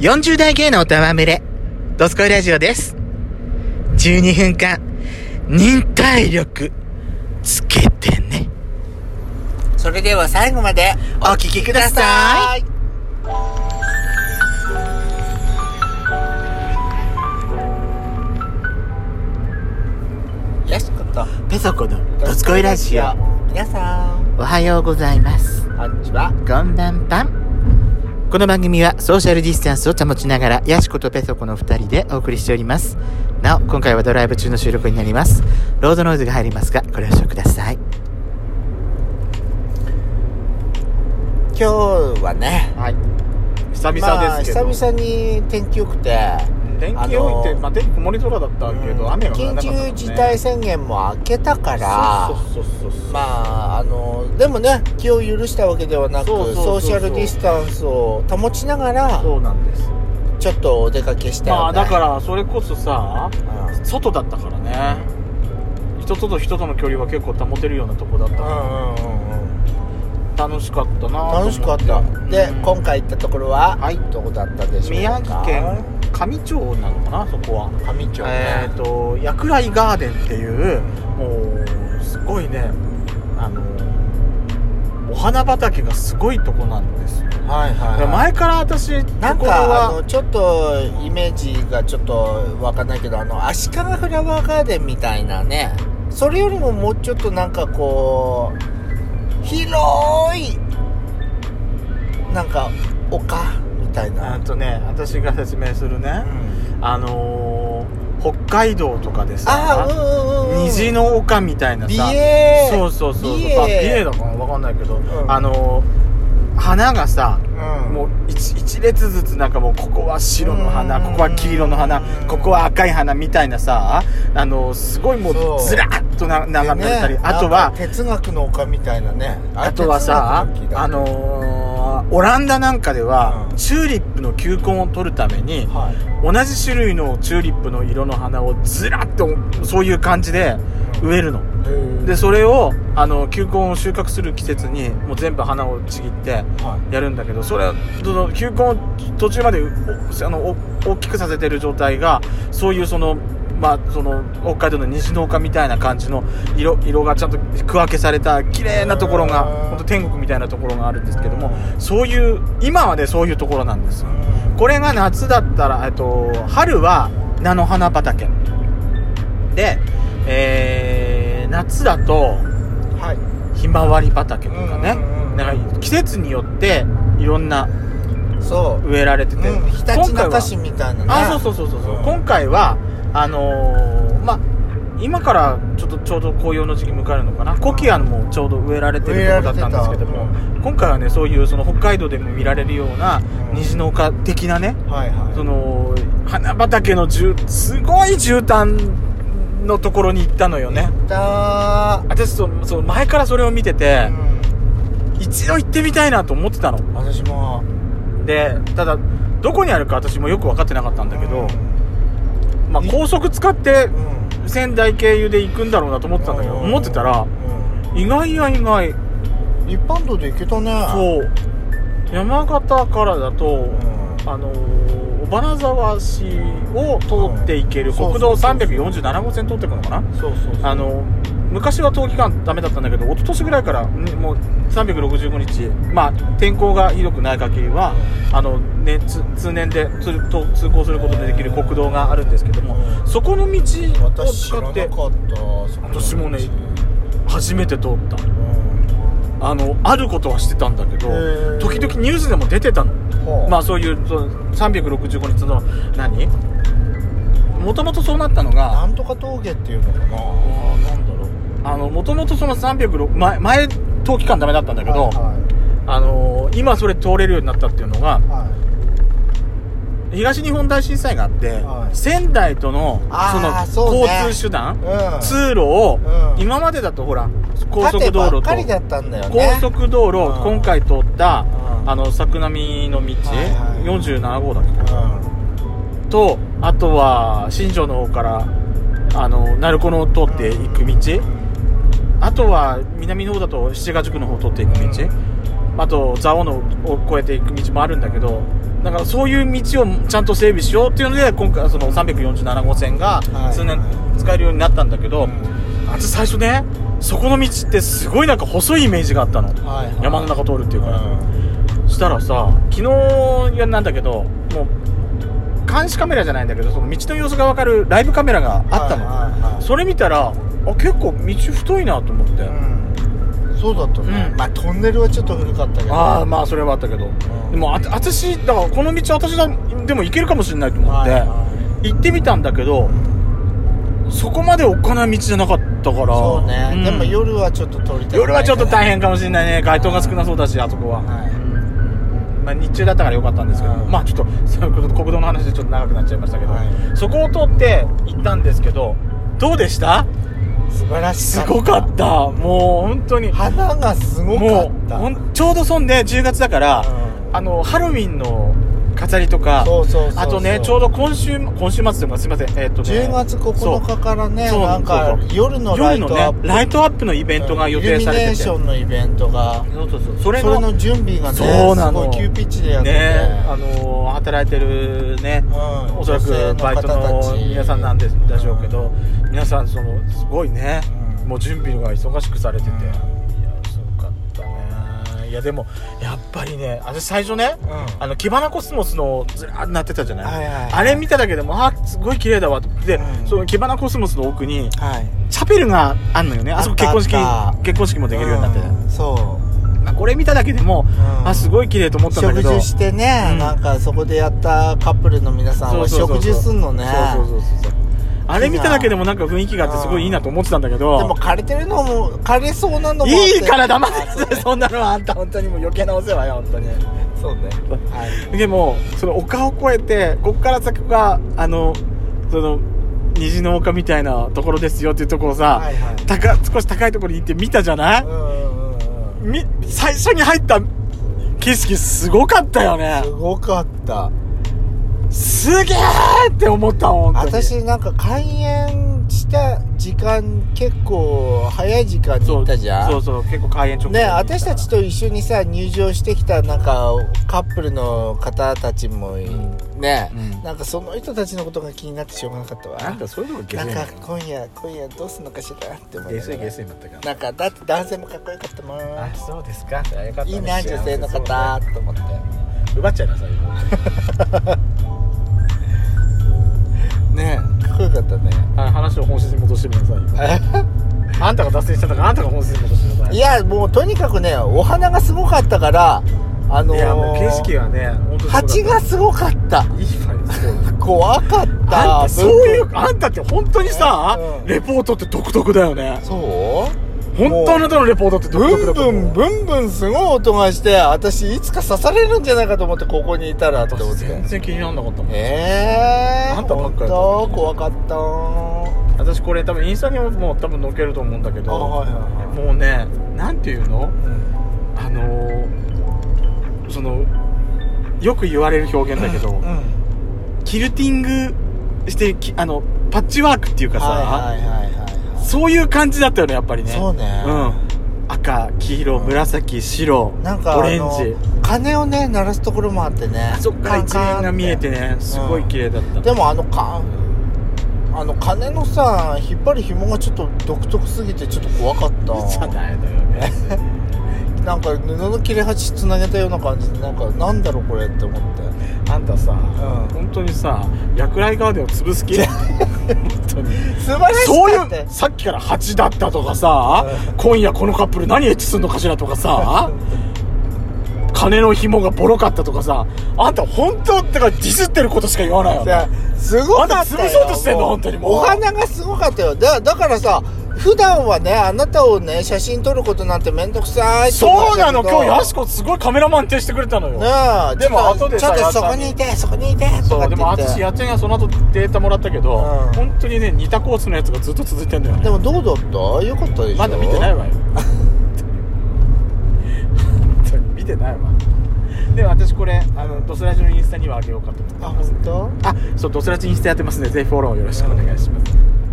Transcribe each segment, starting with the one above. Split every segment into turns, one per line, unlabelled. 40代芸能と戯れ、ドスコイラジオです。12分間、忍耐力、つけてね。
それでは最後まで
お聞きください。
よしこと
ペソコの
ド
ド
ツ
ス
コ
コ
イ
イ
ラ
ラ
ジ
ジ
オ
オ。
皆さん
おはようございます。
こんにちは
こんばんぱん。この番組はソーシャルディスタンスを保ちながら、ヤシコとペソコの2人でお送りしております。なお、今回はドライブ中の収録になります。ロードノイズが入りますが、これをご了承ください。
今日はね
はい。
久々ですけど、
まあ、久々に天気良くて
天気良いって、
あの
まあ、天気曇り空だったけど、雨は降ら
緊
なかったもんね
急事態宣言も明けたから
そうそうそうそう、
まああのでもね気を許したわけではなく
そうそうそうそう
ソーシャルディスタンスを保ちながら
そうなんです
ちょっとお出かけした
ま
よ、
あ
ね、
だからそれこそさ
うん
外だったからね人と人との距離は結構保てるようなとこだった
う
か
んうんうんうん
ら楽しかったなぁ
楽しかった
と思て
で、
うん
今回行ったところは、
はい
どこだったでしょうか
宮城県上町なのかなそこは
上町ね、
えっ、とヤクライガーデンっていうもうすごいねあのお花畑がすごいとこなんですよ
はい
だ
はい、
から
はい
前から私
なん
ここは
かあのちょっとイメージがちょっとわかんないけどあの足利フラワーガーデンみたいなねそれよりももうちょっとなんかこう広いなんか丘みたいな、
あとね私が説明するね、あのー、北海道とかで
あ
さ
うんうんうん
虹の丘みたいな
美
さ
瑛
そうそうそう
美瑛
美瑛美瑛だからわかんないけど、
ん
あのー、花がさ
うん
もう一一列ずつなんかもうここは白の花
うん
ここは黄色の花
うん
ここは赤い花みたいなさあのー、すごいも
そうう
ずらっとな眺められたり、
ね
あ
な
と
ん
は
か哲学の丘みたいなねれ
あとはさ
哲学の木だ
あのー、オランダなんかでは、
うん
チューリップの球根を取るために、
はい
同じ種類のチューリップの色の花をずらっとそういう感じで植えるの、でそれをあの球根を収穫する季節にもう全部花をちぎって
は
やるんだけどそれはその球根を途中までおあのお大きくさせてる状態がそういうそのまあその北海道の西の丘みたいな感じの色色がちゃんと区分けされた綺麗なところ
へ
が
ー
本当天国みたいなところがあるんですけどもそういう今はねそういうところなんですよこれが夏だったら、えっと、春は菜の花畑で、えー、夏だと
はい
ひまわり畑とかね
うんうんうん
なんか季節によっていろんな
そう
植えられてて、
うんひたちな
今
か
回
市みたいなね
はあそうそうそうそうそう、
うん
今回はあのーまあ今からちょっとちょうど紅葉の時期迎えるのかなコキアもちょうど植えられてるとこだったんですけど
植えら
も
れて
今回はねそういうその北海道でも見られるような
うん
虹の丘的なね
はいはい
その花畑のじゅすごい絨毯のところに行ったのよね
だ
私そのその前からそれを見てて
う、ん
一度行ってみたいなと思ってたの
私も
でただどこにあるか私もよく分かってなかったんだけど、まあ、
い
高速使って
うんうん
仙台経由で行くんだろうなと思ってたんだけど
うん
思ってたら
う
意外や意外
ん一般道で行けたね
そう山形からだと
うん
あのー小花沢市を通っていける
うん
国道
そうそうそう
347号線通っていくのかな
そうそうそう
あの昔は冬期間ダメだったんだけど一昨年ぐらいからねもう365日、まあ、天候がひどくない限りはあの、ね、つ通年で通と通行することでできる国道があるんですけども
うん
そこの道を
私知ら
使
なか
っ
ってたそこの道
私もね初めて通った
うん
あのあることはしてたんだけど
へー
時々ニュースでも出てたの
ほう
まあそういうその365日の何もともとそうなったのが
なんとか峠っていうのかな
あーなんだろうあのもともとその306前前冬期間ダメだったんだけど、
はい
あのー今それ通れるようになったっていうのが
はい
東日本大震災があって、
はい
仙台との
あー
そ
そ
の
うね
交通手段、
はいうん
通路を、
うん
今までだとほら高
縦
速道
ば
路
っ
と、
かりだったんだよね
高速道路、
うん
今回通った、
うん
あの桜並の道、
はいはい
47号だっけ
うん
とあとは新庄の方からあの鳴子の方を通っていく道あとは南の方だと七ヶ宿の方を通っていく道、あと蔵王のを越えていく道もあるんだけどだからそういう道をちゃんと整備しようっていうので今回はその347号線が
はい
数年使えるようになったんだけど、あと最初ねそこの道ってすごいなんか細いイメージがあったの、
はいはい
山の中通るっていうから、
う
したらさ昨日なんだけどもう監視カメラじゃないんだけどその道の様子が分かるライブカメラがあったの、
はいはいはい
それ見たらあ結構道太いなと思って、
んそうだったね、
うん
まあトンネルはちょっと古かったけど
ああまあそれはあったけど、
ん
でもあ私だからこの道私だでも行けるかもしれないと思って、
はいはい
行ってみたんだけどそこまでおっかない道じゃなかったから
そうね、
ん
でも夜はちょっと撮りたい
夜はちょっと大変かもしれないね街灯が少なそうだしあそこは、
はい
まあ、日中だったから良かったんですけど、
うん
まあちょっとそういうこと国道の話でちょっと長くなっちゃいましたけど、
はい
そこを通って行ったんですけどどうでした
素晴らしい
すごかったもう本当に
花がすごか
も
っ
う
た
ほんちょうどそんで10月だから、
うん
あのハロウィンの飾りとか
そうそうそうそう
あとねちょうど今週今週末というかすいませんえっ、とね
10月9日からね
そう
なんか
そうそう
夜のラ
夜
イ
の
トア
ね
ップ
ライトアップのイベントが予定され
イルミネー
てて
シ
そ
ョ
う
ンのイベントが
そうそうそれ
それ
の
の準備がね
そうなの
すごい急ピッチでやってて、
ねあのー働いてるね、
うん
おそらくバイ
女性
ト
の方
の
たち
皆さんなんででしょうけど、皆さんそのすごいね、
うん
もう準備が忙しくされてて、
うん
いやすごかったねいやでもやっぱりね私最初ね、
うん
あのキバナコスモスのずらーっとなってたじゃない,、
はいはいはい
あれ見ただけでもあーすごい綺麗だわって、
うん
そのキバナコスモスの奥に
はい
チャペルがあんのよねあそこ結婚式
あったあった
結婚式もできるようになってて、
うんそう
まあこれ見ただけでも、
うん
あすごい綺麗と思ったんだ
食
けど
事してね、
うん
なんかそこでやったカップルの皆さんは
そうそうそ
食
う
事すんのね
そうそうそうそうあれ見ただけでもなんか雰囲気があってすごいいいなと思ってたんだけど
でも枯れてるのも枯れそうなのもあって
いいから黙っ
あ
てそ,、んなのはあんた本当にもう余計なお世話よ本当に
そう ねはい
でもその丘を越えてこっから先があのその虹の丘みたいなところですよっていうところをさ、
はいはい
高少し高いところに行って見たじゃない、
うんうんうんうん
み最初に入った景色すごかったよね
すごかった
すげーって思った本当に
私なんか開園した時間結構早い時間に行ったじゃん
そうそうそう結構開演直後
ね私たちと一緒にさ入場してきたなんかカップルの方たちもいね、
うん
なんかその人たちのことが気になってしょうがなかったわ
なんだそういうのがゲ
な
ス
ん
い
か今夜今夜どうすんのかしらって思い
ゲ
な
スい
が
ゲ
ら
スいになったから
なんかだって男性もかっこよかったもん
そうですかよかったね
いいな
幸せ
女性の
そう
方
ね
と思って
奪っちゃいなさいよね
かっこよかったね
えあ話を本質に戻してみなさいよあんたが脱線しちゃったからあんたが本質に戻してみなさい
い
よ
やもうとにかくねお花がすごかったからあのー、
いやもう景色はね本当に
蜂がすごかった
いい場合ですよ
怖かった
あんたそういうあんたって本当にさ、
うん
レポートって独特だよね
そう
本当あなたのレポートって独
ブン
特だと
ブ
思う
ンブンブンすごい音がして私いつか刺されるんじゃないかと思ってここにいたらって思っ
私全
て
然気にならなかったもん
ええー、
あんたばっかりだ
本当怖かった
私これ多分インスタにももう多分載っけると思うんだけど
あはいはいは
もうねなんていうのあのーそのよく言われる表現だけど、
うん
キルティングしてきあのパッチワークっていうかさ、
はいはいはいはいは
そういう感じだったよねやっぱり
い
ね
そうね、
うん、赤黄色紫白
なんか
オレンジ
あの鐘をね鳴らすところもあってね
あそっから一面が見えてねすごい綺麗だった、
でもあのかあの鐘のさ引っ張る紐がちょっと独特すぎてちょっと怖かった
じゃないのよね
なんか布の切れ端つなげたような感じでなんかなんだろうこれって思って
あんたさ、
ん
本当にさ薬来ガーデンを 潰す気本当に
素晴らし
そう
かった
いうさっきから8だったとかさ今夜このカップル何エッチすんのかしらとかさ金の紐がボロかったとかさあんた本当ってかディスってることしか言わないよね
すごかったよ
あんた潰そうとしてんの本当にもう
お花がすごかったよだだからさ普段はねあなたをね写真撮ることなんてめんどくさいって思
そう
って
な
たけど
の今日ヤシコすごいカメラマン手してくれたのよ、
ねえ
でも
ちょっと
後で
ちょ
さ
っとそ
やっ
こ
ぱり
にいてそこにいてと
そ
か
う
って
で
言
も
って
私やっちゃんがその後データもらったけど、
うん
本当にね似たコースのやつがずっと続いてんだよね
でもどうだったよかったでしょ
まだ見てない
わ
わよ本当に見てないわでも私これあのドスラジのインスタにはあげようかと思って
あ本当
あ、そう、ドスラチインスタやってますね。ぜひフォローよろしくお願いしま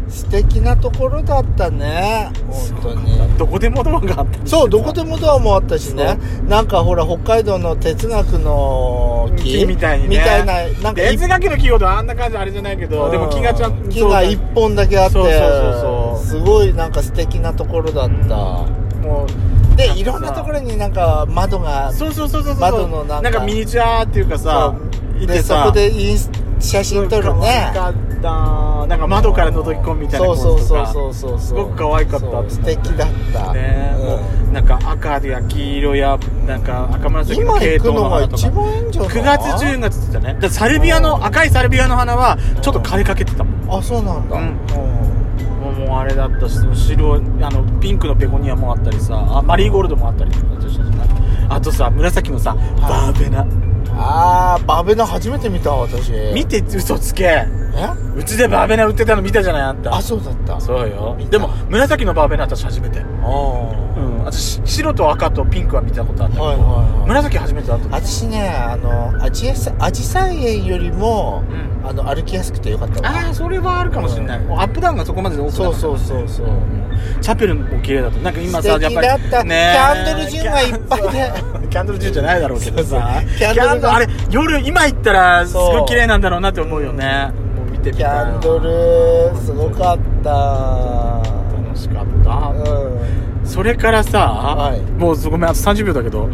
す。
素敵なところだったね本当に
どこでもドアがあった
そうどこでもドアもあったしねなんかほら北海道の哲学の
木みたいにね
みたいななんか一
哲学のキーワードあんな感じあれじゃないけどでも木がちゃんと
木が一本だけあって
そうそうそうそ
す
う
ごいなんか素敵なところだった、
も
でいろんなところになんか窓が
うそうそうそうそうそう
窓の
な
なんん
か
か
ミニチュアっていうかさい
で
て
そ
さ
こでインス写真撮るね
可愛かったなんか窓から覗き込むみたいな
そ
や
う
つ
そうそう
とか
そうそう
すごく可愛かった
そう素敵だった、
ね
う
もうなんか赤や黄色やなんか赤
ん
紫の
今
系
行く
統の
のが
花と
一
か
番いいんじゃない
9月10月って言ってたねだからサルビアの赤いサルビアの花はちょっと枯れかけてたもん
あそうなんだ、
うん
ん
もうもうあれだったし白あのピンクのペゴニアもあったりさあマリーゴールドもあったりとかしたしあとさ紫のさバーベナ
あーバベナ初めて見た私
見て嘘つけ
え
うちでバーベナ売ってたの見たじゃないあんた
あそうだったう
そうよ
見た
でも紫のバーベナ私初めてう
あ
ん私白と赤とピンクは見たことあったけ
あはい
ど、
はいはい
紫初めてだった
私ねあのアジサアジサイ園よりも、
う
あの歩きやすくてよかったわ
ああそれはあるかもしれない、
うん
アップダウンがそこまで多くなかった
そうそうそうそう、
チャペルも綺麗だったなんか今さ
素敵
や
だ
っ
っ
ぱ
た
り
キャンドルジュンがいっぱいで
でキャンド ルジュンじゃないだろうけ
そ
どさ
うそう
キ
キ
ャ
ャ
ン
ン
ド
ド
ル
ルが
あれ夜今行ったらす
そう
ごい綺麗なんだろうなって思うよねもう見てみたい
キャンドルすごかった
楽しかった、
うん
それからさ、
はい
もうごめんあと30秒だけど、
はい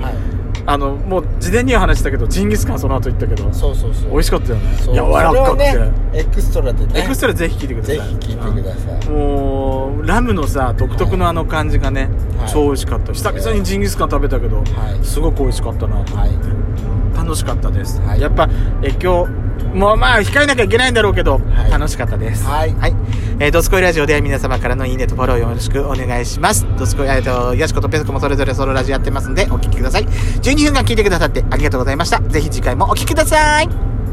あのもう事前には話したけどジンギスカンその後行ったけど
そうそうそう
美味しかったよね
そう
柔らかくて、
それはねエクストラでね
エクストラぜひ聞いてください
ぜひ聞いてください
もうラムのさ独特のあの感じがね、
はい
超美味しかった久々にジンギスカン食べたけど、
はい
すごく美味しかったなと、
はい
楽しかったです、
はい
やっぱえ今日もうまあ控えなきゃいけないんだろうけど、
はい
楽しかったです
はい
はい。えー、ドスコイラジオでは皆様からのいいねとフォローよろしくお願いします。ドスコイ、えっ、と、ヤシコとペスコもそれぞれソロラジオやってますんで、お聞きください。12分間聞いてくださってありがとうございました。ぜひ次回もお聞きください。